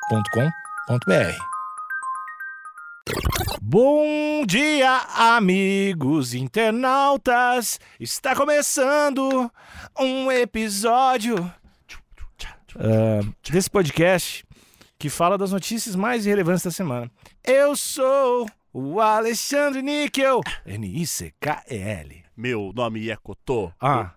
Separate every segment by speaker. Speaker 1: agenciadepodcast.com.br. Bom dia, amigos internautas! Está começando um episódio ah, desse podcast que fala das notícias mais relevantes da semana. Eu sou o Alexandre Níquel, N-I-C-K-E-L.
Speaker 2: Meu nome é Cotô.
Speaker 1: Ah,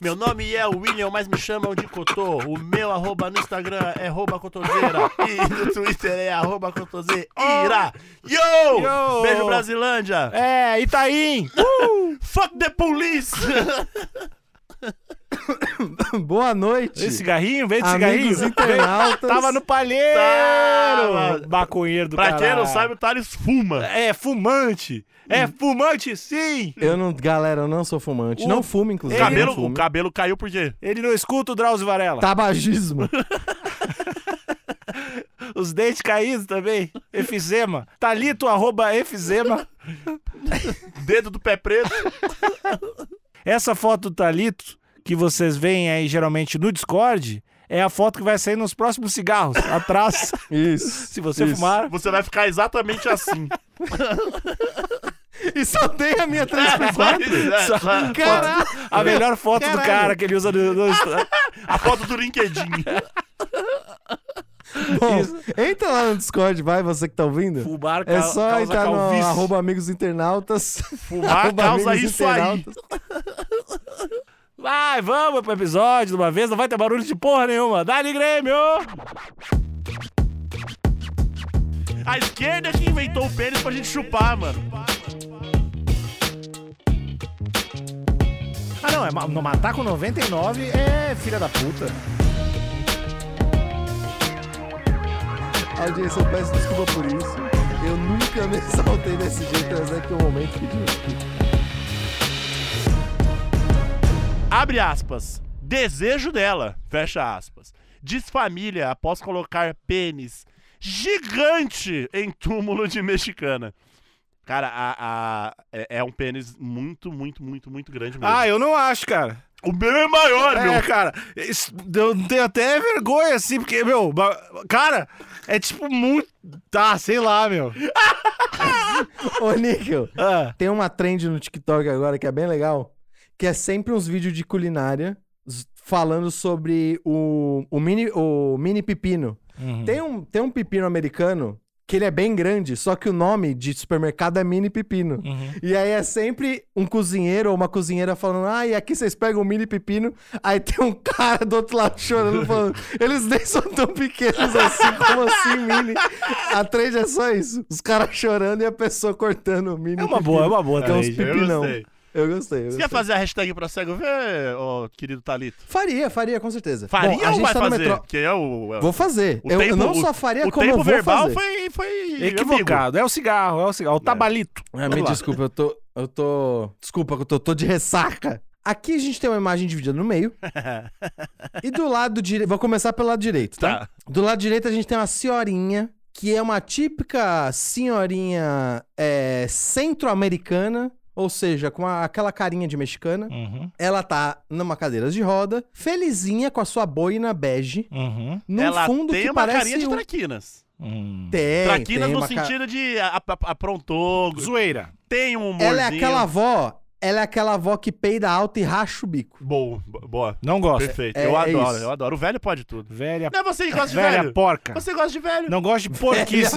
Speaker 2: Meu nome é William, mas me chamam de Cotô. O meu arroba no Instagram é arroba cotoseira. E no Twitter é arroba cotoseira. Yo!
Speaker 1: Yo!
Speaker 2: Beijo, Brasilândia!
Speaker 1: é, Itaim!
Speaker 2: Fuck the police!
Speaker 3: Boa noite.
Speaker 1: Veio de cigarrinho, veio de
Speaker 3: Amigos
Speaker 1: cigarrinho.
Speaker 3: internautas.
Speaker 1: Tava no palheiro!
Speaker 2: Tava.
Speaker 1: Maconheiro do
Speaker 2: pra quem
Speaker 1: caralho.
Speaker 2: não sabe, o Thales fuma.
Speaker 1: É fumante! É fumante, sim!
Speaker 3: Eu não, galera, eu não sou fumante.
Speaker 1: O-
Speaker 3: Não fumo, inclusive.
Speaker 2: Cabelo,
Speaker 3: não fumo.
Speaker 2: o cabelo caiu por quê?
Speaker 1: Ele não escuta o Drauzio Varela.
Speaker 3: Tabagismo.
Speaker 1: Os dentes caídos também. Efizema. Talito, arroba efizema.
Speaker 2: Dedo do pé preto.
Speaker 1: Essa foto do Talito, que vocês veem aí geralmente no Discord, é a foto que vai sair nos próximos cigarros. Atrás,
Speaker 3: Isso.
Speaker 1: se você
Speaker 3: Isso.
Speaker 1: fumar.
Speaker 2: Você vai ficar exatamente assim.
Speaker 3: E só tem a minha transcrição.
Speaker 2: Só-
Speaker 3: Caralho.
Speaker 1: A melhor foto do
Speaker 3: Caralho.
Speaker 1: cara que ele usa no, no
Speaker 2: A foto do LinkedIn.
Speaker 3: Tá Bom, entra lá no Discord, vai, você que tá ouvindo.
Speaker 1: Fumar
Speaker 3: É
Speaker 1: ca-
Speaker 3: só
Speaker 1: causa
Speaker 3: entrar no
Speaker 1: calvície.
Speaker 3: arroba amigos internautas.
Speaker 2: Fumar
Speaker 3: arroba
Speaker 2: causa
Speaker 3: amigos
Speaker 2: isso aí.
Speaker 3: internautas.
Speaker 1: Vai, vamos pro episódio de uma vez, não vai ter barulho de porra nenhuma. Dá-lhe Grêmio!
Speaker 2: A esquerda é que inventou o pênis pra gente chupar, mano.
Speaker 1: Ah, não, é ma- no matar com 99 é filha da puta.
Speaker 3: Audiência, eu peço desculpa por isso. Eu nunca me exaltei desse jeito, mas é que o momento pediu.
Speaker 2: Abre aspas. Desejo dela. Fecha aspas. Diz família após colocar pênis gigante em túmulo de mexicana. Cara, a, a- é, é um pênis muito, muito, muito, muito grande mesmo.
Speaker 1: Ah, eu não acho, cara.
Speaker 2: o meu é maior,
Speaker 1: É,
Speaker 2: meu.
Speaker 1: cara, isso- eu tenho até vergonha, assim, porque, meu, ba- cara, é tipo muito. Tá, sei lá, meu.
Speaker 3: Ô, Níquel.
Speaker 1: Ah,
Speaker 3: Tem uma trend no TikTok agora que é bem legal, que é sempre uns vídeos de culinária z- falando sobre o, o, mini, o mini pepino.
Speaker 1: Uhum.
Speaker 3: Tem, um, tem um pepino americano que ele é bem grande, só que o nome de supermercado é mini pepino.
Speaker 2: Uhum.
Speaker 3: E aí é sempre um cozinheiro ou uma cozinheira falando, ah, e aqui vocês pegam um mini pepino, aí tem um cara do outro lado chorando, falando, eles nem são tão pequenos assim, como assim mini? A trend é só isso, os caras chorando e a pessoa cortando o mini
Speaker 1: É uma boa, é uma boa,
Speaker 3: é uns
Speaker 1: também.
Speaker 2: eu
Speaker 3: pepinão.
Speaker 2: gostei.
Speaker 3: Eu gostei. Eu
Speaker 2: Você
Speaker 3: gostei.
Speaker 2: quer fazer a hashtag pra cego ver, ô, querido Thalito?
Speaker 3: Faria, faria, com certeza.
Speaker 2: Faria
Speaker 3: Bom, a
Speaker 2: ou
Speaker 3: gente
Speaker 2: vai
Speaker 3: tá no
Speaker 2: fazer?
Speaker 3: metrô-
Speaker 2: Que é o... é-
Speaker 3: Vou fazer.
Speaker 2: o
Speaker 3: eu
Speaker 2: tempo-
Speaker 3: não só
Speaker 2: o-
Speaker 3: faria
Speaker 2: o
Speaker 3: como
Speaker 2: tempo
Speaker 3: eu vou
Speaker 2: verbal
Speaker 3: fazer.
Speaker 2: foi... foi
Speaker 1: Equivocado, é o cigarro, é o cigarro, o tabalito.
Speaker 3: Ah, me
Speaker 2: Vamos lá.
Speaker 3: desculpa, eu tô. Eu tô. Desculpa, que eu tô, tô de ressaca. Aqui a gente tem uma imagem dividida no meio. e do lado direito. Vou começar pelo lado direito,
Speaker 2: Tá.
Speaker 3: tá? Do lado direito a gente tem uma senhorinha, que é uma típica senhorinha é, centro-americana, ou seja, com a- aquela carinha de mexicana.
Speaker 1: Uhum,
Speaker 3: Ela tá numa cadeira de roda, felizinha com a sua boina bege,
Speaker 1: uhum,
Speaker 3: num
Speaker 2: Ela
Speaker 3: fundo
Speaker 2: tem
Speaker 3: que
Speaker 2: uma
Speaker 3: parece
Speaker 2: carinha de
Speaker 3: um...
Speaker 2: traquinas.
Speaker 1: uhum.
Speaker 3: Tem,
Speaker 2: traquinas
Speaker 3: tem
Speaker 2: no
Speaker 3: uma ca-
Speaker 2: sentido de a- a- aprontou,
Speaker 1: Zoeira.
Speaker 2: tem um humorzinho.
Speaker 3: Ela é aquela avó, ela é aquela avó que peida alto e racha o bico.
Speaker 2: Boa, bo- boa.
Speaker 1: Não gosto.
Speaker 2: Perfeito.
Speaker 3: é-
Speaker 2: eu
Speaker 3: é
Speaker 2: adoro,
Speaker 3: isso.
Speaker 2: eu adoro. O velho pode tudo.
Speaker 1: Velha,
Speaker 2: Não, você que gosta de
Speaker 1: velha
Speaker 2: velho.
Speaker 1: porca.
Speaker 2: Você gosta de velho.
Speaker 1: Não gosto de
Speaker 3: Velha
Speaker 1: porquice.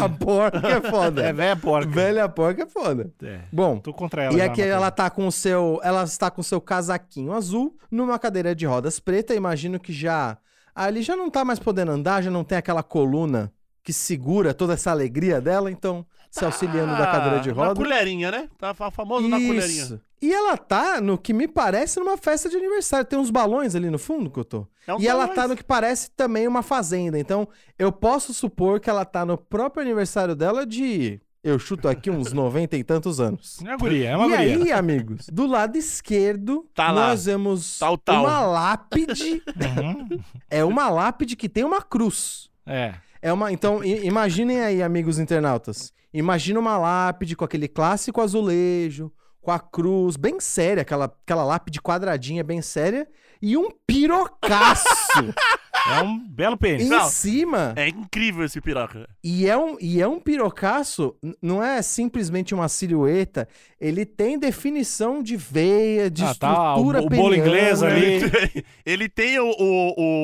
Speaker 3: porca é
Speaker 1: É
Speaker 3: foda.
Speaker 1: velha porca.
Speaker 3: Velha porca é foda.
Speaker 1: É.
Speaker 3: Bom,
Speaker 1: Tô contra ela.
Speaker 3: e
Speaker 1: já,
Speaker 3: aqui
Speaker 1: Matheus.
Speaker 3: ela tá com o seu, ela está com o seu casaquinho azul numa cadeira de rodas preta, imagino que já ali já não tá mais podendo andar, já não tem aquela coluna que segura toda essa alegria dela, então se
Speaker 1: Tá.
Speaker 3: auxiliando da cadeira de
Speaker 2: Ah, Na
Speaker 3: roda.
Speaker 2: colherinha, né? Tá fa- famoso na colherinha.
Speaker 3: Isso. E ela tá no que me parece numa festa de aniversário. Tem uns balões ali no fundo, Cotô.
Speaker 2: É um
Speaker 3: e ela
Speaker 2: balões.
Speaker 3: tá no que parece também uma fazenda. Então, eu posso supor que ela tá no próprio aniversário dela de. Eu chuto aqui uns 90 e tantos anos.
Speaker 1: É uma guria, é uma
Speaker 3: e
Speaker 1: guria.
Speaker 3: aí, amigos, do lado esquerdo,
Speaker 2: Tá lá.
Speaker 3: nós vemos
Speaker 2: Tal, tal.
Speaker 3: uma lápide.
Speaker 1: Uhum.
Speaker 3: é uma lápide que tem uma cruz.
Speaker 1: É.
Speaker 3: É uma, então, i- imaginem aí, amigos internautas. Imagina uma lápide com aquele clássico azulejo, com a cruz, bem séria, aquela, aquela lápide quadradinha bem séria. e um pirocaço
Speaker 1: É um belo pênis.
Speaker 3: em
Speaker 2: Não.
Speaker 3: cima.
Speaker 2: É incrível esse piroca.
Speaker 3: E é um, e é um pirocaço, n- não é simplesmente uma silhueta, ele tem definição de veia, de
Speaker 1: Ah, tá,
Speaker 3: estrutura
Speaker 1: o- o bolo
Speaker 3: peniana.
Speaker 1: inglês ali.
Speaker 2: Ele tem, ele tem o, o,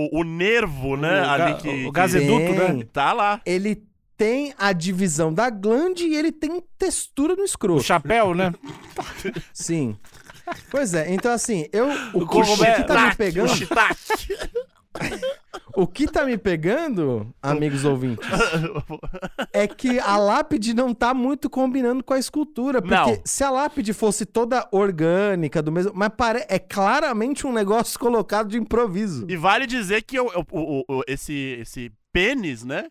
Speaker 2: o, o nervo, né?
Speaker 1: O ga-
Speaker 2: ali que,
Speaker 1: o gazeduto,
Speaker 3: Tem.
Speaker 1: né?
Speaker 2: que tá lá.
Speaker 3: Ele tem a divisão da glande e ele tem textura no
Speaker 1: O
Speaker 3: escroto.
Speaker 1: chapéu, né?
Speaker 3: Sim. Pois é, então assim, eu o,
Speaker 1: O é
Speaker 3: que- o que
Speaker 1: cogumelo.
Speaker 3: tá me
Speaker 2: Shiitake, o
Speaker 3: pegando,
Speaker 2: shiitake.
Speaker 3: o que tá me pegando, amigos ouvintes, é que a lápide não tá muito combinando com a escultura, porque
Speaker 2: Não.
Speaker 3: se a lápide fosse toda orgânica do mesmo, mas pare... é claramente um negócio colocado de improviso.
Speaker 2: E vale dizer que o- o- o- o- esse, esse pênis, né?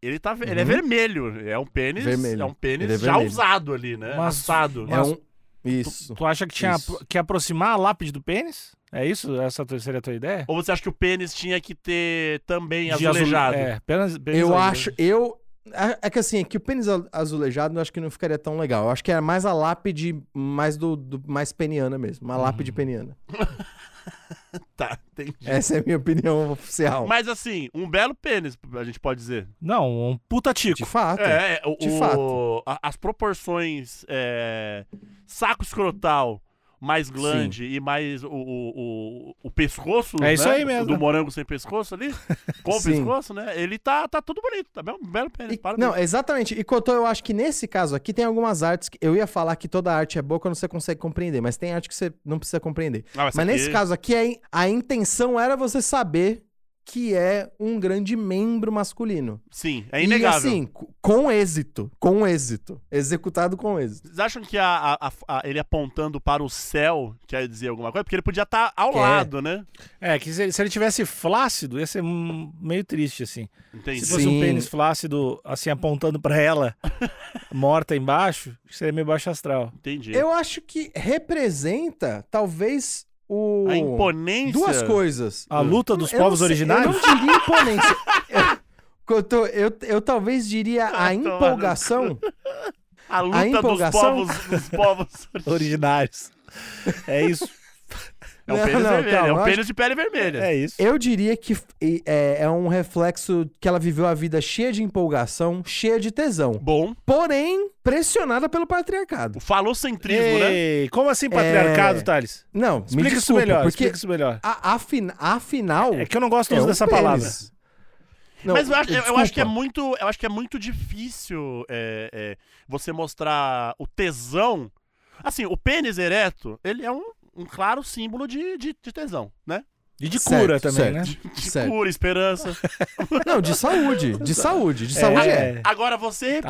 Speaker 2: Ele, tá, ele é vermelho. É um pênis,
Speaker 3: Uhum. Vermelho.
Speaker 2: É um pênis
Speaker 3: Ele é
Speaker 2: já
Speaker 3: vermelho.
Speaker 2: usado ali, né?
Speaker 1: Mas-
Speaker 2: Assado.
Speaker 3: É um isso.
Speaker 1: Tu acha que tinha
Speaker 3: Isso.
Speaker 1: que aproximar a lápide do pênis? É isso? Essa tu- seria a tua ideia?
Speaker 2: Ou você acha que o pênis tinha que ter também
Speaker 1: De azul-
Speaker 2: azulejado?
Speaker 1: É, apenas, apenas
Speaker 3: Eu
Speaker 1: azul-
Speaker 3: acho, eu é- é que assim, é que o pênis a- azulejado eu acho que não ficaria tão legal. Eu acho que era mais a lápide mais do, do- mais peniana mesmo, uma lápide peniana.
Speaker 2: Tá, entendi.
Speaker 3: Essa é a minha opinião oficial.
Speaker 2: Mas assim, um belo pênis, a gente pode dizer.
Speaker 1: Não, um puta
Speaker 3: De
Speaker 1: tico.
Speaker 3: fato.
Speaker 2: É, é, o,
Speaker 3: de
Speaker 2: o-
Speaker 3: fato.
Speaker 2: a- as proporções é, saco escrotal mais glande e mais o, o, o, o pescoço
Speaker 1: É isso
Speaker 2: né,
Speaker 1: aí mesmo.
Speaker 2: do morango sem pescoço ali com o
Speaker 3: Sim.
Speaker 2: pescoço né ele tá tá tudo bonito tá bem um belo pênis
Speaker 3: E-
Speaker 2: para
Speaker 3: não, exatamente. E Cotô, eu acho que nesse caso aqui tem algumas artes que eu ia falar que toda arte é boa quando você consegue compreender, mas tem arte que você não precisa compreender.
Speaker 2: Ah,
Speaker 3: Mas nesse caso aqui, a in- a intenção era você saber que é um grande membro masculino.
Speaker 2: sim é inegável
Speaker 3: E assim, co- com êxito, com êxito, executado com êxito.
Speaker 2: vocês acham que a, a- a- ele apontando para o céu quer dizer alguma coisa? Porque ele podia estar ao
Speaker 3: Quer.
Speaker 2: lado, né?
Speaker 1: É, que se, ele- se ele tivesse flácido, ia ser hum, meio triste, assim.
Speaker 2: Entendi.
Speaker 1: Se fosse
Speaker 3: Sim.
Speaker 1: um pênis flácido, assim, apontando pra ela, morta embaixo, seria meio baixo astral.
Speaker 2: Entendi.
Speaker 3: Eu acho que representa, talvez, o
Speaker 2: A imponência.
Speaker 3: duas coisas.
Speaker 2: É.
Speaker 1: A luta dos
Speaker 3: Eu não
Speaker 1: povos
Speaker 3: sei-
Speaker 1: originários?
Speaker 3: Eu não diria imponência. Eu- Cotô, eu, eu talvez diria
Speaker 2: Ah, tomar
Speaker 3: a
Speaker 2: no
Speaker 3: empolgação.
Speaker 2: A luta
Speaker 3: empolgação?
Speaker 2: dos povos. Dos povos
Speaker 1: Originários. É isso.
Speaker 2: É um
Speaker 3: Não,
Speaker 2: pênis
Speaker 3: não,
Speaker 2: vermelho,
Speaker 3: calma,
Speaker 2: é
Speaker 3: eu
Speaker 2: um
Speaker 3: acho
Speaker 2: pênis de pele vermelha.
Speaker 1: É isso.
Speaker 3: Eu diria que f- e- é, é um reflexo que ela viveu a vida cheia de empolgação, cheia de tesão.
Speaker 2: Bom,
Speaker 3: Porém, pressionada pelo patriarcado.
Speaker 2: o falocentrismo, né?
Speaker 1: Ei, Como assim patriarcado,
Speaker 3: É.
Speaker 1: Thales?
Speaker 3: Não, me
Speaker 1: Explica isso
Speaker 3: desculpa,
Speaker 1: melhor,
Speaker 3: porque
Speaker 1: explica isso melhor.
Speaker 3: a- afin- afinal...
Speaker 1: É que eu não gosto do
Speaker 3: é
Speaker 1: uso
Speaker 3: um
Speaker 1: dessa
Speaker 3: pênis.
Speaker 1: palavra.
Speaker 3: Não,
Speaker 2: Mas eu acho, eu- eu acho que é
Speaker 3: desculpa.
Speaker 2: muito, eu acho que é muito difícil é, é, você mostrar o tesão. Assim, o pênis ereto, ele é um, um claro símbolo de, de, de tesão, né?
Speaker 1: E de
Speaker 3: Certo, Tipo,
Speaker 1: cura também,
Speaker 3: certo.
Speaker 1: né?
Speaker 2: De
Speaker 3: Certo.
Speaker 2: cura, esperança.
Speaker 3: Não, de saúde, de saúde, de saúde é.
Speaker 2: Agora você
Speaker 1: Afeto,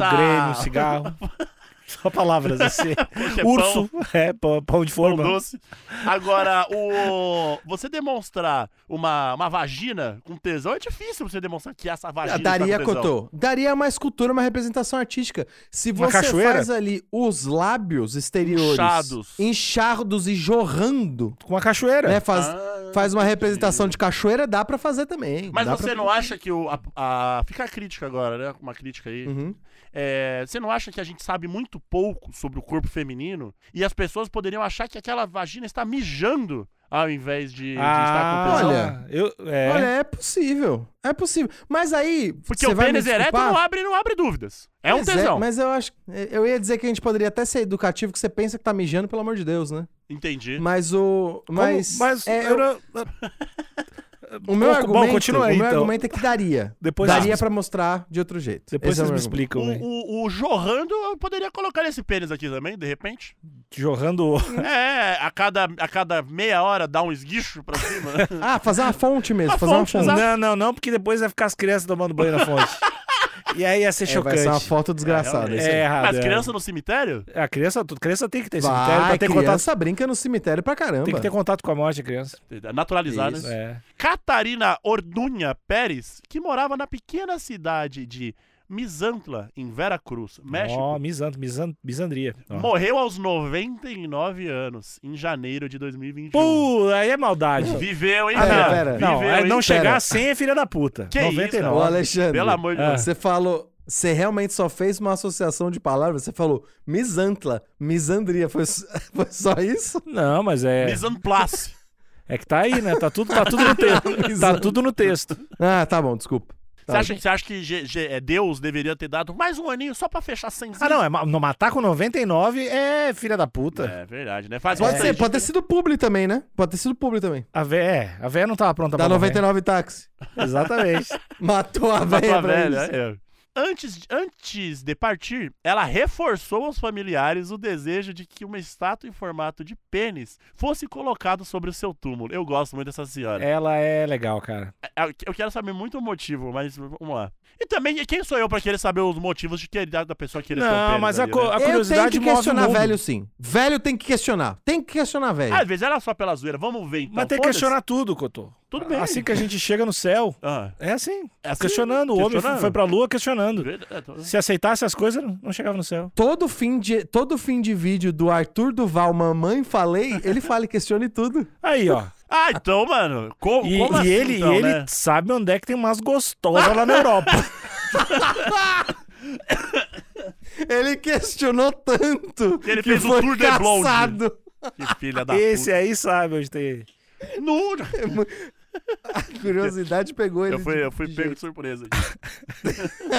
Speaker 2: representar... um
Speaker 1: Grêmio, cigarro. Só palavras assim.
Speaker 2: Porque é
Speaker 1: Urso, é, pão, pão de
Speaker 2: Pão, pão
Speaker 1: forma.
Speaker 2: doce. Agora, o... você demonstrar uma, uma vagina com tesão é difícil você demonstrar que essa vagina está
Speaker 3: Daria,
Speaker 2: tá com tesão.
Speaker 3: Cotô. Daria mais cultura, uma representação artística. Se
Speaker 1: Uma
Speaker 3: você
Speaker 1: cachoeira?
Speaker 3: faz ali os lábios exteriores
Speaker 2: Inchados.
Speaker 3: inchados e jorrando,
Speaker 1: Com uma cachoeira.
Speaker 3: né? Faz,
Speaker 2: Ah,
Speaker 3: faz uma
Speaker 2: entendi.
Speaker 3: representação de cachoeira, dá pra fazer também.
Speaker 2: Mas
Speaker 3: dá
Speaker 2: você
Speaker 3: pra-
Speaker 2: não acha que o. A, a- fica a crítica agora, né? Uma crítica aí.
Speaker 3: Uhum.
Speaker 2: É, você não acha que a gente sabe muito pouco sobre o corpo feminino e as pessoas poderiam achar que aquela vagina está mijando ao invés de, de estar com
Speaker 1: Ah,
Speaker 2: tesão?
Speaker 1: olha. Eu, é.
Speaker 3: Olha, é possível. É possível. Mas aí.
Speaker 2: Porque
Speaker 3: você
Speaker 2: o
Speaker 3: vai me
Speaker 2: pênis ereto
Speaker 3: desculpar?
Speaker 2: não abre, não abre dúvidas. É um
Speaker 3: Pois
Speaker 2: tesão.
Speaker 3: mas eu acho. Eu ia dizer que a gente poderia até ser educativo, que você pensa que tá mijando, pelo amor de Deus, né?
Speaker 2: Entendi.
Speaker 3: Mas o.
Speaker 1: Como-
Speaker 3: Mas.
Speaker 1: mas
Speaker 3: é,
Speaker 1: eu não-
Speaker 3: O meu
Speaker 1: Bom,
Speaker 3: argumento,
Speaker 1: continua aí,
Speaker 3: o meu
Speaker 1: então.
Speaker 3: argumento é que daria.
Speaker 1: Depois
Speaker 3: daria
Speaker 1: vocês-
Speaker 3: pra mostrar de outro jeito.
Speaker 1: Depois
Speaker 3: Esse é o
Speaker 1: vocês me
Speaker 3: meu argumento.
Speaker 2: O,
Speaker 1: explicam aí.
Speaker 2: o, o jorrando, eu poderia colocar esse pênis aqui também, de repente.
Speaker 1: Jorrando.
Speaker 3: Hum.
Speaker 2: É, a cada, a cada meia hora dá um esguicho pra cima.
Speaker 3: Ah, fazer uma fonte mesmo,
Speaker 2: Uma
Speaker 3: fazer
Speaker 2: fonte,
Speaker 3: uma fonte.
Speaker 2: exato.
Speaker 1: Não, não, não, porque depois vai ficar as crianças tomando banho na fonte. e aí ia ser
Speaker 3: É, vai
Speaker 1: chocante.
Speaker 3: ser uma foto desgraçada.
Speaker 2: É,
Speaker 3: isso
Speaker 1: é
Speaker 3: aí.
Speaker 1: errado.
Speaker 2: As
Speaker 1: é.
Speaker 2: crianças no cemitério?
Speaker 1: A criança, tu- criança tem que ter cemitério
Speaker 3: Vai,
Speaker 1: pra ter contato.
Speaker 3: criança brinca no cemitério pra caramba.
Speaker 1: Tem que ter contato com a morte, a criança.
Speaker 2: Naturalizadas.
Speaker 3: Isso.
Speaker 1: É.
Speaker 2: Catarina Ordunha Pérez, que morava na pequena cidade de Misantla, em Veracruz,
Speaker 1: Ó,
Speaker 2: México.
Speaker 1: misan- misan- misandria. Ó.
Speaker 2: Morreu aos 99 anos, em janeiro de 2021.
Speaker 1: Pô, aí é maldade.
Speaker 2: Viveu, hein,
Speaker 3: Ah,
Speaker 2: cara?
Speaker 3: não, pera.
Speaker 1: Não,
Speaker 2: Viveu,
Speaker 1: aí
Speaker 2: hein?
Speaker 1: não chegar
Speaker 3: Pera.
Speaker 1: a 100 é filha da puta.
Speaker 2: Que isso,
Speaker 1: 99.
Speaker 2: cara?
Speaker 3: Ô, Alexandre,
Speaker 2: Pelo amor de
Speaker 1: Ah.
Speaker 2: Deus.
Speaker 3: você falou... Você realmente só fez uma associação de palavras? Você falou misantla, misandria. Foi, s- foi só isso?
Speaker 1: Não, mas é.
Speaker 2: Misanplace.
Speaker 1: É que tá aí, né? Tá tudo, tá tudo no texto. tá tudo no texto.
Speaker 3: Ah, tá bom, desculpa.
Speaker 2: Você acha, você acha que G- G- é, Deus deveria ter dado mais um aninho só pra fechar 100
Speaker 1: Ah, não, é, ma- no matar com 99 é filha da puta.
Speaker 2: É verdade, né? Faz
Speaker 3: Pode
Speaker 2: conta aí,
Speaker 3: ser, pode ter sido publi também, né? Pode ter sido publi também.
Speaker 1: A véia, é, a véia não tava pronta
Speaker 3: Dá
Speaker 1: pra morrer.
Speaker 3: 99 táxi.
Speaker 1: Exatamente.
Speaker 3: Matou a
Speaker 2: Matou
Speaker 3: velha
Speaker 2: a
Speaker 3: pra
Speaker 2: velha,
Speaker 3: eles.
Speaker 2: é. Antes, de- antes de partir, ela reforçou aos familiares o desejo de que uma estátua em formato de pênis fosse colocada sobre o seu túmulo. Eu gosto muito dessa senhora.
Speaker 1: Ela é legal, cara.
Speaker 2: Eu- Eu quero saber muito o motivo, mas vamos lá. E também, quem sou eu pra querer saber os motivos de ter da pessoa querer ter um
Speaker 1: Não,
Speaker 2: pênis
Speaker 1: mas a,
Speaker 2: ali,
Speaker 1: co-
Speaker 2: né?
Speaker 1: a
Speaker 3: Eu tenho
Speaker 1: curiosidade
Speaker 3: que
Speaker 1: move o
Speaker 3: questionar
Speaker 1: mundo.
Speaker 3: velho, sim. Velho tem que questionar. Tem que questionar velho.
Speaker 2: Às vezes era só pela zoeira. Vamos ver, então.
Speaker 1: Mas tem que
Speaker 2: Foda-se.
Speaker 1: questionar tudo, Cotô.
Speaker 2: Tudo bem.
Speaker 1: Assim que a gente chega no céu,
Speaker 2: Ah,
Speaker 1: é assim.
Speaker 2: é assim,
Speaker 1: questionando. O homem
Speaker 2: questionando.
Speaker 1: foi pra lua questionando.
Speaker 2: Verdade, é, tô-
Speaker 1: Se aceitasse as coisas, não chegava no céu.
Speaker 3: Todo fim, de, todo fim de vídeo do Arthur Duval, Mamãe Falei, ele fala e questione tudo.
Speaker 1: Aí, ó.
Speaker 2: Ah, então, mano. co-
Speaker 1: E,
Speaker 2: como
Speaker 1: e
Speaker 2: assim,
Speaker 1: ele,
Speaker 2: então,
Speaker 1: e ele
Speaker 2: né?
Speaker 1: sabe onde é que tem umas gostosas lá na Europa.
Speaker 3: Ele questionou tanto.
Speaker 2: Ele
Speaker 3: que
Speaker 2: fez o
Speaker 3: foi
Speaker 2: Tour de Blonde.
Speaker 3: caçado.
Speaker 2: Que filha da
Speaker 1: Esse é- aí sabe onde tem.
Speaker 2: puta. Não,
Speaker 3: A curiosidade pegou ele.
Speaker 2: Eu fui,
Speaker 3: de-
Speaker 2: eu fui
Speaker 3: de
Speaker 2: pego de
Speaker 3: jeito.
Speaker 2: surpresa.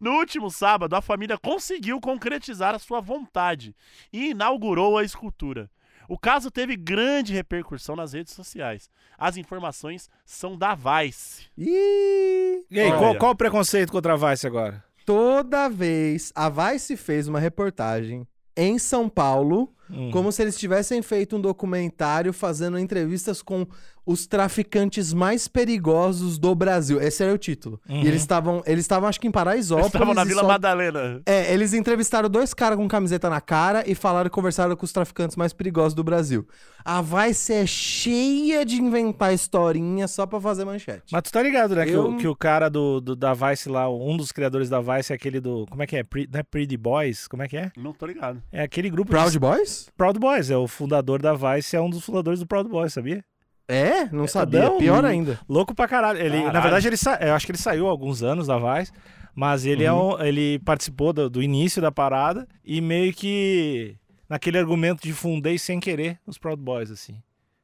Speaker 2: No último sábado, a família conseguiu concretizar a sua vontade e inaugurou a escultura. O caso teve grande repercussão nas redes sociais. As informações são da Vice.
Speaker 3: Ih,
Speaker 1: E aí,
Speaker 2: Olha.
Speaker 1: qual, qual o preconceito contra a Vice agora?
Speaker 3: toda vez a Vice fez uma reportagem em São Paulo,
Speaker 1: Hum.
Speaker 3: como se eles tivessem feito um documentário fazendo entrevistas com os traficantes mais perigosos do Brasil. Esse era o título.
Speaker 1: Uhum.
Speaker 3: E eles estavam, eles estavam acho que em Paraisópolis.
Speaker 2: Estavam na
Speaker 3: e
Speaker 2: Vila
Speaker 3: só-
Speaker 2: Madalena.
Speaker 3: É, eles entrevistaram dois caras com camiseta na cara e falaram, conversaram com os traficantes mais perigosos do Brasil. A Vice é cheia de inventar historinha só pra fazer manchete.
Speaker 1: Mas tu tá ligado, né? Que,
Speaker 3: Eu-
Speaker 1: o, que o cara do, do- da Vice lá, um dos criadores da Vice é aquele do. Como é que é? Pre, não é Pretty Boys? Como é que é?
Speaker 2: Não tô ligado.
Speaker 1: É aquele grupo de
Speaker 3: Proud Boys?
Speaker 1: Proud Boys. É o fundador da Vice, é um dos fundadores do Proud Boys, sabia?
Speaker 3: É? Não sabia.
Speaker 1: não.
Speaker 3: Pior ainda.
Speaker 1: Louco pra caralho. Ele, Na
Speaker 2: Caralho.
Speaker 1: verdade, ele sa- eu acho que ele saiu há alguns anos da Vice, mas ele,
Speaker 2: Uhum.
Speaker 1: é um- ele participou do, do início da parada e meio que naquele argumento de fundei sem querer os Proud Boys, assim.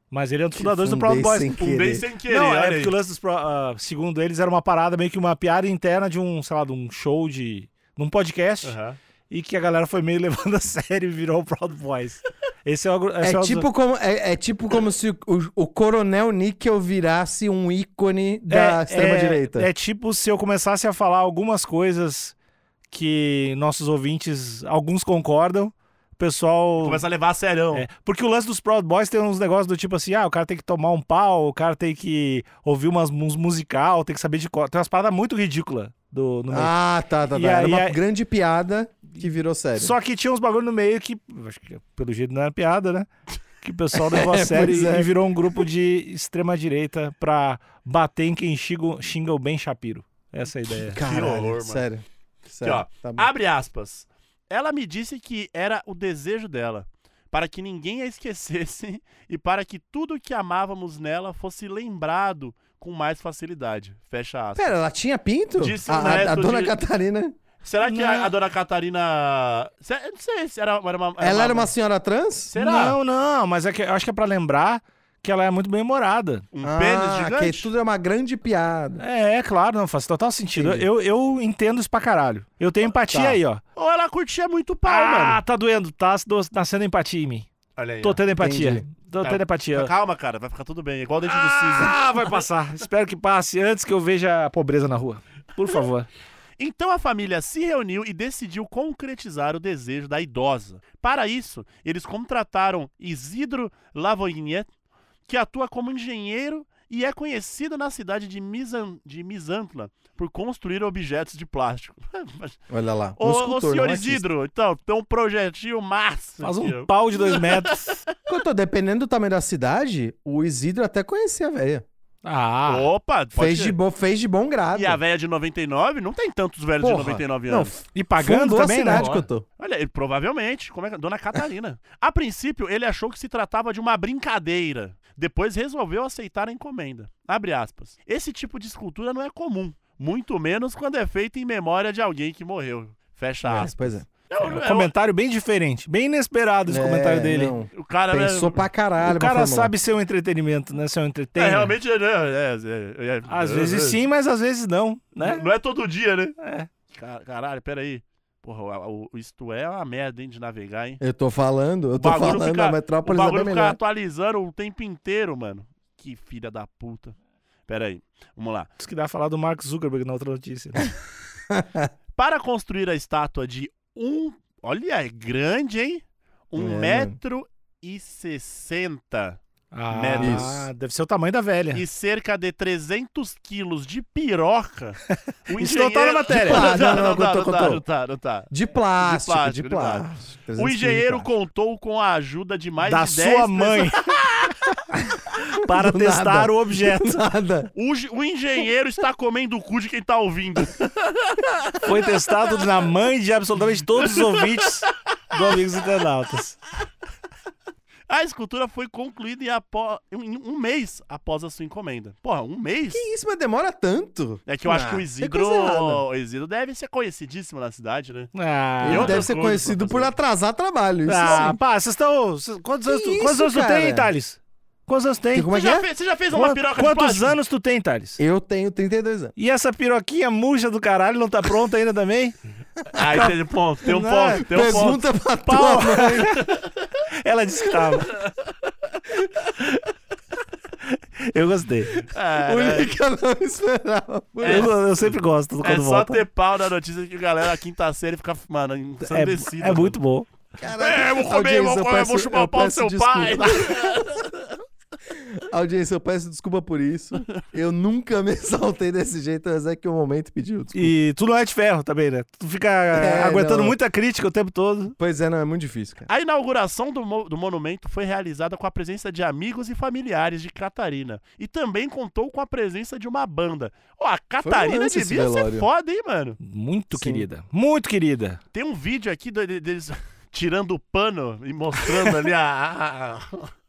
Speaker 1: Mas ele é um dos fundadores do Proud
Speaker 3: Fundei
Speaker 1: Boys.
Speaker 3: sem
Speaker 2: Fundei
Speaker 3: querer.
Speaker 2: sem querer.
Speaker 1: Não,
Speaker 2: olha
Speaker 1: é
Speaker 2: aí.
Speaker 1: porque o lance dos, pro- ah, segundo eles, era uma parada meio que uma piada interna de um, sei lá, de um show de. num podcast,
Speaker 2: Aham.
Speaker 1: e que a galera foi meio levando a sério e virou o Proud Boys. Esse é o. agru- esse
Speaker 3: É
Speaker 1: o-
Speaker 3: tipo, como, é, é tipo como se o, o Coronel Níquel virasse um ícone da extrema-direita.
Speaker 1: É, tipo se eu começasse a falar algumas coisas que nossos ouvintes, alguns concordam, o pessoal.
Speaker 2: Começa a levar a um. serão.
Speaker 1: É, porque o lance dos Proud Boys tem uns negócios do tipo assim, ah, o cara tem que tomar um pau, o cara tem que ouvir umas, uns musical, tem que saber de cor. Tem umas paradas muito ridículas do, no meio.
Speaker 3: Ah, tá, tá, tá.
Speaker 1: E
Speaker 3: Era
Speaker 1: aí-
Speaker 3: uma
Speaker 1: aí-
Speaker 3: grande piada que virou sério.
Speaker 1: Só que tinha uns bagulho no meio que, acho que pelo jeito não era piada, né? Que o pessoal levou a
Speaker 3: É,
Speaker 1: sério
Speaker 3: pois é.
Speaker 1: e virou um grupo de extrema-direita pra bater em quem xinga, xinga o Ben Shapiro. Essa é a ideia.
Speaker 3: Caralho,
Speaker 2: horror, mano.
Speaker 3: sério.
Speaker 2: Aqui,
Speaker 3: Sério.
Speaker 2: ó.
Speaker 3: Tá bom.
Speaker 2: Abre aspas. Ela me disse que era o desejo dela, para que ninguém a esquecesse e para que tudo que amávamos nela fosse lembrado com mais facilidade. Fecha aspas.
Speaker 3: Pera, ela tinha pinto?
Speaker 2: Disse
Speaker 3: a,
Speaker 2: o
Speaker 3: a- a
Speaker 2: neto
Speaker 3: dona
Speaker 2: de-
Speaker 3: Catarina.
Speaker 2: Será que a,
Speaker 1: Não.
Speaker 2: a dona Catarina. Se- eu não sei se era, era uma.
Speaker 3: ela era uma senhora trans?
Speaker 2: Será?
Speaker 1: Não, não, mas é que, eu acho que é pra lembrar que ela é muito bem-humorada.
Speaker 2: Um pênis gigante?
Speaker 3: Que tudo é uma grande piada.
Speaker 1: É, é claro, não faz total sentido.
Speaker 3: Entendi.
Speaker 1: Eu, eu entendo isso pra caralho. Eu tenho empatia
Speaker 3: Tá.
Speaker 1: aí, ó.
Speaker 2: Ou ela curtia muito o pau,
Speaker 1: ah,
Speaker 2: mano.
Speaker 1: tá doendo, tá do- nascendo empatia em mim.
Speaker 2: Olha aí. ó.
Speaker 1: Tô tendo empatia.
Speaker 3: Entendi.
Speaker 1: Tô
Speaker 2: Tá.
Speaker 1: tendo empatia.
Speaker 2: Calma, cara, vai ficar tudo bem. Igual dentro do Cisne.
Speaker 1: Ah, vai passar. Espero que passe antes que eu veja a pobreza na rua. Por favor.
Speaker 2: Então a família se reuniu e decidiu concretizar o desejo da idosa. Para isso, eles contrataram Isidro Lavoignet, que atua como engenheiro e é conhecido na cidade de, Misan, de Misantla por construir objetos de plástico.
Speaker 3: Olha lá.
Speaker 2: Ô,
Speaker 3: um
Speaker 2: ô
Speaker 3: escultor,
Speaker 2: senhor
Speaker 3: não um artista.
Speaker 2: Isidro, então, tem um projetinho massa.
Speaker 1: Faz
Speaker 2: aqui,
Speaker 1: um
Speaker 2: ó.
Speaker 1: pau de dois metros.
Speaker 3: Eu tô dependendo do tamanho da cidade, o Isidro até conhecia a velha.
Speaker 1: Ah,
Speaker 2: Opa, pode
Speaker 3: Fez
Speaker 2: ser.
Speaker 3: de, bo... Fez de bom grado.
Speaker 2: E a velha de 99? Não tem tantos velhos
Speaker 3: Porra.
Speaker 2: de 99
Speaker 3: Não,
Speaker 2: anos.
Speaker 3: f-
Speaker 1: e pagando
Speaker 3: fundou
Speaker 1: também,
Speaker 3: a cidade
Speaker 1: né?
Speaker 3: que eu tô.
Speaker 2: Olha, ele- provavelmente. Como é que Dona Catarina. a princípio, ele achou que se tratava de uma brincadeira. Depois resolveu aceitar a encomenda. Abre aspas. Esse tipo de escultura não é comum. Muito menos quando é feita em memória de alguém que morreu. Fecha
Speaker 3: É,
Speaker 2: aspas.
Speaker 3: pois é.
Speaker 2: Eu-
Speaker 1: Um
Speaker 2: eu-
Speaker 1: comentário bem diferente, bem inesperado esse comentário dele.
Speaker 3: não.
Speaker 2: o cara né,
Speaker 3: Pensou pra caralho,
Speaker 1: O cara
Speaker 3: pra Fórmula
Speaker 1: sabe ser um entretenimento, né? Ser um
Speaker 2: é,
Speaker 1: entretenimento.
Speaker 2: realmente. É, é, é, é,
Speaker 1: Às
Speaker 2: é,
Speaker 1: vezes
Speaker 2: é,
Speaker 1: sim, mas às vezes não, né?
Speaker 2: Não é todo dia, né?
Speaker 1: É.
Speaker 2: Ca- Caralho, peraí. Porra, o, o- isto é uma merda, hein, de navegar, hein?
Speaker 3: Um. Eu tô falando, eu
Speaker 2: O
Speaker 3: tô
Speaker 2: bagulho
Speaker 3: falando,
Speaker 2: fica-
Speaker 3: a
Speaker 2: O
Speaker 3: Metrópolis é
Speaker 2: bagulho
Speaker 3: bem
Speaker 2: fica
Speaker 3: melhor.
Speaker 2: atualizando o tempo inteiro, mano. Que filha da puta. Peraí, vamos lá.
Speaker 1: Isso que dá a falar do Mark Zuckerberg na outra notícia. né?
Speaker 2: Para construir a estátua de um. Olha, é grande, hein? Um
Speaker 3: É,
Speaker 2: metro e sessenta.
Speaker 1: Ah,
Speaker 3: Menos.
Speaker 1: deve ser o tamanho da velha.
Speaker 2: E cerca de 300 quilos de piroca. O
Speaker 1: Isso não tá na
Speaker 2: engenheiro-
Speaker 1: matéria.
Speaker 2: Não,
Speaker 3: Ah, não,
Speaker 2: tá, não,
Speaker 3: não,
Speaker 2: tá,
Speaker 3: contou,
Speaker 2: não tá,
Speaker 3: contou.
Speaker 2: não tá, não tá.
Speaker 3: De plástico,
Speaker 2: plástico,
Speaker 3: de
Speaker 2: de
Speaker 3: plástico. 300
Speaker 2: O
Speaker 3: quilos de
Speaker 2: engenheiro
Speaker 3: plástico.
Speaker 2: contou com a ajuda de mais
Speaker 1: da
Speaker 2: de 10
Speaker 1: sua mãe. para
Speaker 3: Do
Speaker 1: testar
Speaker 3: nada.
Speaker 1: o objeto.
Speaker 3: Nada.
Speaker 2: O, ge- o engenheiro está comendo o cu de quem tá ouvindo.
Speaker 1: Foi testado na mãe de absolutamente todos os ouvintes do Amigos Internautas.
Speaker 2: A escultura foi concluída em, apó- em um mês após a sua encomenda. Porra, um mês?
Speaker 3: Que isso, mas demora tanto.
Speaker 2: É que eu acho
Speaker 3: Ah,
Speaker 2: que o
Speaker 3: tem
Speaker 2: Isidro,
Speaker 3: coisa errada.
Speaker 2: o Isidro deve ser conhecidíssimo na cidade, né?
Speaker 1: Ah,
Speaker 3: Ele
Speaker 2: outras
Speaker 3: deve
Speaker 2: coisas
Speaker 3: ser
Speaker 2: pra
Speaker 3: conhecido por
Speaker 2: fazer.
Speaker 3: atrasar trabalho. é Isso
Speaker 1: ah
Speaker 3: sim.
Speaker 1: pá, vocês estão. cês- Quantos,
Speaker 3: Que
Speaker 1: anos, tu,
Speaker 3: isso,
Speaker 1: quantos anos tu
Speaker 3: cara?
Speaker 1: tem, Thales? Quantos anos tu tem?
Speaker 3: Que- Como é
Speaker 2: Você
Speaker 3: que
Speaker 2: já,
Speaker 3: é?
Speaker 2: fez, você já fez uma
Speaker 1: Quan-
Speaker 2: piroca de
Speaker 1: Quantos
Speaker 2: plástico?
Speaker 1: anos tu tem, Thales?
Speaker 3: Eu tenho 32 anos.
Speaker 1: E essa piroquinha murcha do caralho não tá pronta ainda também?
Speaker 2: Aí tem um ponto, tem um
Speaker 1: Não,
Speaker 2: ponto, tem um ponto.
Speaker 3: Né? Pergunta pra tua mãe.
Speaker 1: Ela disse que tava. Eu gostei.
Speaker 2: É, né?
Speaker 3: Única que eu não esperava. Por
Speaker 1: Eu, eu sempre gosto
Speaker 2: É
Speaker 1: quando
Speaker 2: só
Speaker 1: volta.
Speaker 2: ter pau na notícia que a galera, a quinta série, fica, mano, ensandecida.
Speaker 1: É, é muito bom.
Speaker 3: Caraca,
Speaker 2: É, eu vou comer, eu vou,
Speaker 3: audiência, eu
Speaker 2: comer, eu vou
Speaker 3: peço-
Speaker 2: chupar o
Speaker 3: eu
Speaker 2: pau do
Speaker 3: peço
Speaker 2: seu pai.
Speaker 3: Audiência, eu peço desculpa por isso. Eu nunca me exaltei desse jeito, mas é que o momento pediu. desculpa.
Speaker 1: E tu não é de ferro também, né? Tu fica aguentando
Speaker 3: não.
Speaker 1: muita crítica o tempo todo.
Speaker 3: Pois é, não, é muito difícil, cara.
Speaker 2: A inauguração do, mo- do monumento foi realizada com a presença de amigos e familiares de Catarina. E também contou com a presença de uma banda. Ó, a Catarina
Speaker 3: um lance esse
Speaker 2: devia ser
Speaker 3: velório.
Speaker 2: foda, hein, mano?
Speaker 1: Muito
Speaker 3: Sim.
Speaker 1: querida. Muito querida.
Speaker 2: Tem um vídeo aqui do- de- deles tirando o pano e mostrando ali a, a- a-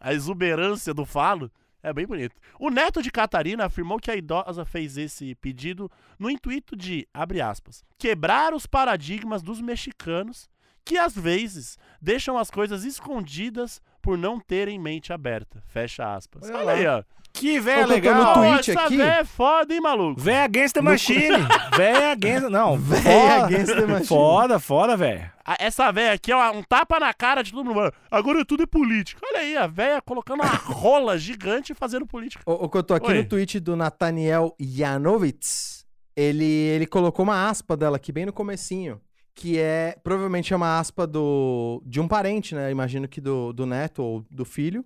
Speaker 2: a exuberância do falo. É bem bonito. O neto de Catarina afirmou que a idosa fez esse pedido no intuito de, abre aspas, quebrar os paradigmas dos mexicanos que às vezes deixam as coisas escondidas por não terem mente aberta. Fecha aspas.
Speaker 3: Olha
Speaker 2: Olha,
Speaker 3: lá.
Speaker 2: aí, ó.
Speaker 1: Que véia
Speaker 3: Ô, Cantão,
Speaker 1: legal.
Speaker 3: no
Speaker 2: Ó,
Speaker 3: tweet
Speaker 2: essa
Speaker 3: aqui-
Speaker 2: véia é foda, hein, maluco?
Speaker 1: Véia against the machine. Véia against... Não,
Speaker 3: Véia
Speaker 1: foda.
Speaker 3: against the machine.
Speaker 1: Foda, foda, véia.
Speaker 2: A- Essa véia aqui é uma- um tapa na cara de todo mundo. Mano, agora tudo é político. Olha aí, a véia colocando uma rola gigante e fazendo política.
Speaker 3: O, o que eu tô aqui
Speaker 2: Oi.
Speaker 3: no tweet do Nathaniel Yanovitz, ele, ele colocou uma aspa dela aqui bem no comecinho, que é, provavelmente é uma aspa do, de um parente, né? Imagino que do, do neto ou do filho.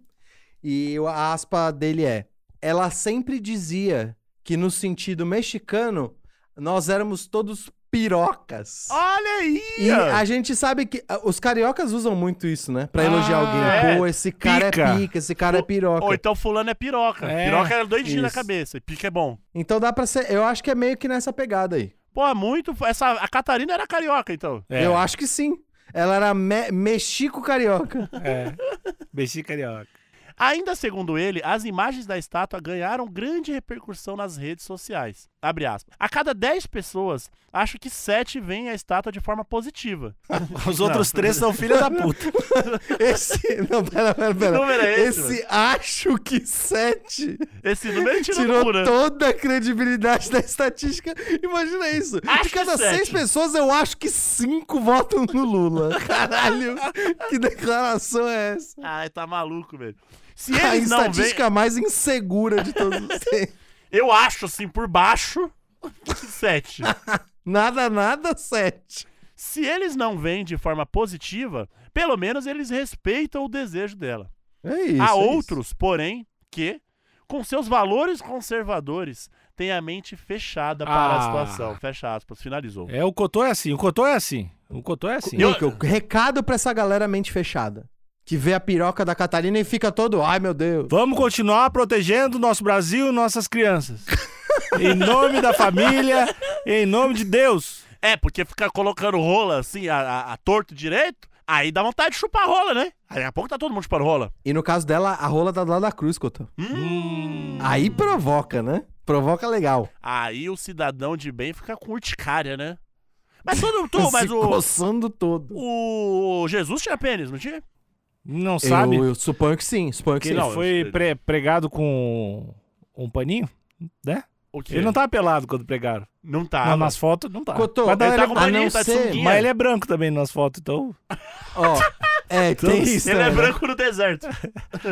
Speaker 3: E o- a aspa dele é, ela sempre dizia que no sentido mexicano, nós éramos todos pirocas.
Speaker 2: Olha aí!
Speaker 3: E
Speaker 2: ó.
Speaker 3: a gente sabe que ah, os cariocas usam muito isso, né? Pra elogiar
Speaker 1: Ah,
Speaker 3: alguém.
Speaker 2: é.
Speaker 3: Pô, esse cara
Speaker 1: Pica.
Speaker 3: é pica, esse cara é
Speaker 2: Ou-
Speaker 3: piroca.
Speaker 2: Ou então fulano é piroca.
Speaker 1: É,
Speaker 2: piroca é doidinho na
Speaker 3: isso.
Speaker 2: cabeça. E pica é bom.
Speaker 3: Então dá pra ser. Eu acho que é meio que nessa pegada aí.
Speaker 2: Pô, é muito. Essa, a Catarina era carioca, então.
Speaker 1: É,
Speaker 3: Eu acho que sim. Ela era me mexico-carioca.
Speaker 1: É. Bexi carioca.
Speaker 2: Ainda segundo ele, as imagens da estátua ganharam grande repercussão nas redes sociais. Abre aspas. A cada 10 pessoas, acho que 7 veem a estátua de forma positiva.
Speaker 1: Os outros três são filha da puta.
Speaker 3: Esse. Não, pera, pera,
Speaker 2: Que
Speaker 3: pera.
Speaker 2: número é esse?
Speaker 3: Esse acho que sete
Speaker 2: Esse número é tirou,
Speaker 3: tirou
Speaker 2: pura.
Speaker 3: toda a credibilidade da estatística. Imagina isso.
Speaker 2: Acho
Speaker 3: De
Speaker 2: que
Speaker 3: cada
Speaker 2: sete.
Speaker 3: seis pessoas, eu acho que cinco votam no Lula. Caralho, que declaração é essa?
Speaker 2: Ah, tá maluco, velho. Se
Speaker 3: a
Speaker 2: eles não veem,
Speaker 3: estatística mais insegura de todos os tempos.
Speaker 2: eu acho assim por baixo que sete.
Speaker 3: Nada, nada, sete.
Speaker 2: Se eles não veem de forma positiva, pelo menos eles respeitam o desejo dela.
Speaker 3: É isso.
Speaker 2: Há
Speaker 3: é
Speaker 2: outros, porém, que com seus valores conservadores têm a mente fechada para a
Speaker 1: Ah.
Speaker 2: situação. Fecha aspas, finalizou.
Speaker 1: É, o Cotô é assim. O Cotô é assim. O Cotô é assim.
Speaker 3: isso. Nico, recado pra essa galera mente fechada. Que vê a piroca da Catarina e fica todo, ai meu Deus.
Speaker 1: Vamos continuar protegendo o nosso Brasil e nossas crianças. em nome da família, em nome de Deus.
Speaker 2: É, porque ficar colocando rola assim, a, a- a torto e direito, aí dá vontade de chupar rola, né? Aí daqui a pouco tá todo mundo chupando rola.
Speaker 3: E no caso dela, a rola tá do lado da cruz, Couto.
Speaker 2: Hum.
Speaker 3: Aí provoca, né? Provoca legal.
Speaker 2: Aí o cidadão de bem fica com urticária, né? Mas todo todo- mas
Speaker 3: se
Speaker 2: o,
Speaker 3: coçando todo.
Speaker 2: o Jesus tinha pênis, não tinha?
Speaker 1: Não sabe?
Speaker 3: Eu, eu suponho que sim, suponho
Speaker 1: que
Speaker 3: que sim.
Speaker 1: ele
Speaker 2: não,
Speaker 1: foi
Speaker 2: eu-
Speaker 1: pre- pregado com um paninho, né?
Speaker 2: O quê?
Speaker 3: é?
Speaker 1: Ele não tá pelado quando pregaram.
Speaker 2: Não tá.
Speaker 3: Ah,
Speaker 1: Mas nas fotos não tá.
Speaker 3: Cotô,
Speaker 1: Mas, dá-
Speaker 2: ele tá com
Speaker 1: mas-
Speaker 3: a não
Speaker 2: mania, tá de
Speaker 3: ser...
Speaker 2: sunguinha.
Speaker 1: mas ele é branco também nas fotos, então.
Speaker 3: Ó, é, tem isso
Speaker 2: Ele é
Speaker 3: também, né?
Speaker 2: branco no deserto.
Speaker 1: Tá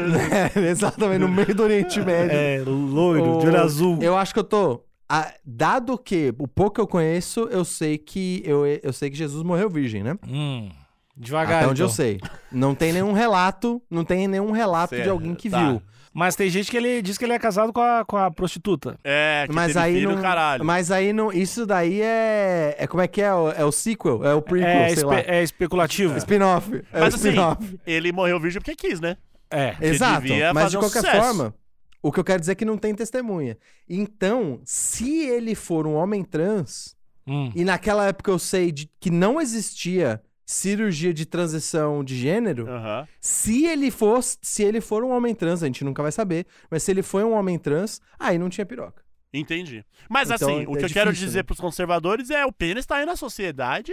Speaker 3: É, exatamente, no meio do Oriente Médio.
Speaker 1: É loiro,
Speaker 3: O-
Speaker 1: de olho azul.
Speaker 3: Eu acho que eu tô... a- dado que o pouco que eu conheço, eu sei que eu, eu sei que Jesus morreu virgem, né?
Speaker 1: Hum, devagar.
Speaker 3: Até onde eu
Speaker 1: então.
Speaker 3: sei. Não tem nenhum relato, não tem nenhum relato
Speaker 2: Certo,
Speaker 3: de alguém que
Speaker 2: tá.
Speaker 3: viu.
Speaker 1: Mas tem gente que ele diz que ele é casado com a, com a prostituta.
Speaker 2: É, que
Speaker 3: Mas
Speaker 2: teve
Speaker 3: aí
Speaker 2: filho,
Speaker 3: não,
Speaker 2: caralho.
Speaker 3: mas aí não, isso daí é, é como é que é, o- é o sequel, é o prequel,
Speaker 1: é,
Speaker 3: sei
Speaker 1: espe-
Speaker 3: lá.
Speaker 1: é especulativo.
Speaker 3: Spin-off. É
Speaker 2: Mas
Speaker 3: o
Speaker 2: assim,
Speaker 3: spin-off.
Speaker 2: ele morreu virgem porque quis, né?
Speaker 1: É.
Speaker 3: Exato.
Speaker 2: devia
Speaker 3: Mas
Speaker 2: fazer
Speaker 3: de
Speaker 2: um
Speaker 3: qualquer
Speaker 2: sucesso.
Speaker 3: forma, o que eu quero dizer é que não tem testemunha. Então, se ele for um homem trans,
Speaker 1: Hum.
Speaker 3: e naquela época eu sei de- que não existia cirurgia de transição de gênero,
Speaker 2: Aham.
Speaker 3: se ele fosse, se ele for um homem trans, a gente nunca vai saber, mas se ele foi um homem trans, aí não tinha piroca.
Speaker 2: Entendi. Mas
Speaker 3: Então,
Speaker 2: assim,
Speaker 3: é
Speaker 2: o que eu quero
Speaker 3: difícil,
Speaker 2: dizer
Speaker 3: né?
Speaker 2: pros conservadores é o pênis tá aí na sociedade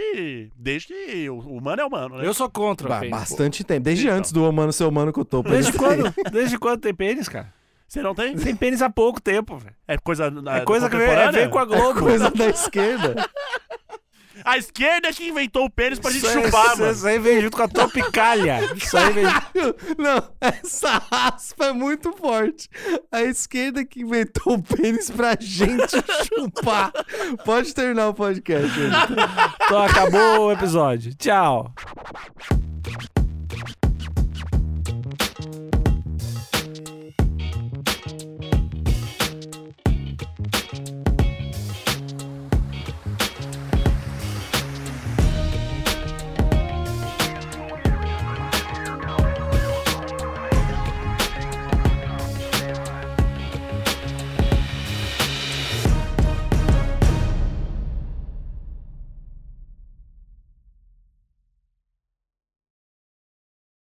Speaker 2: desde que o humano é humano, né?
Speaker 1: Eu sou contra.
Speaker 3: Ba-
Speaker 1: pênis.
Speaker 3: bastante tempo, desde
Speaker 2: Então.
Speaker 3: antes do humano ser humano que eu tô.
Speaker 1: Desde quando, desde quando tem pênis, cara?
Speaker 2: Você não tem?
Speaker 1: Tem pênis há pouco tempo, velho.
Speaker 2: É coisa
Speaker 1: É coisa que veio, é, veio com a Globo.
Speaker 3: Coisa da esquerda.
Speaker 2: a... esquerda é que inventou o pênis pra gente
Speaker 1: Isso aí-
Speaker 2: chupar,
Speaker 1: isso-
Speaker 2: mano.
Speaker 1: Isso aí veio junto com a Tropicália. Isso aí veio...
Speaker 3: Não, essa raspa é muito forte. A esquerda que inventou o pênis pra gente chupar. Pode terminar o podcast. Henrique.
Speaker 1: Então acabou o episódio. Tchau.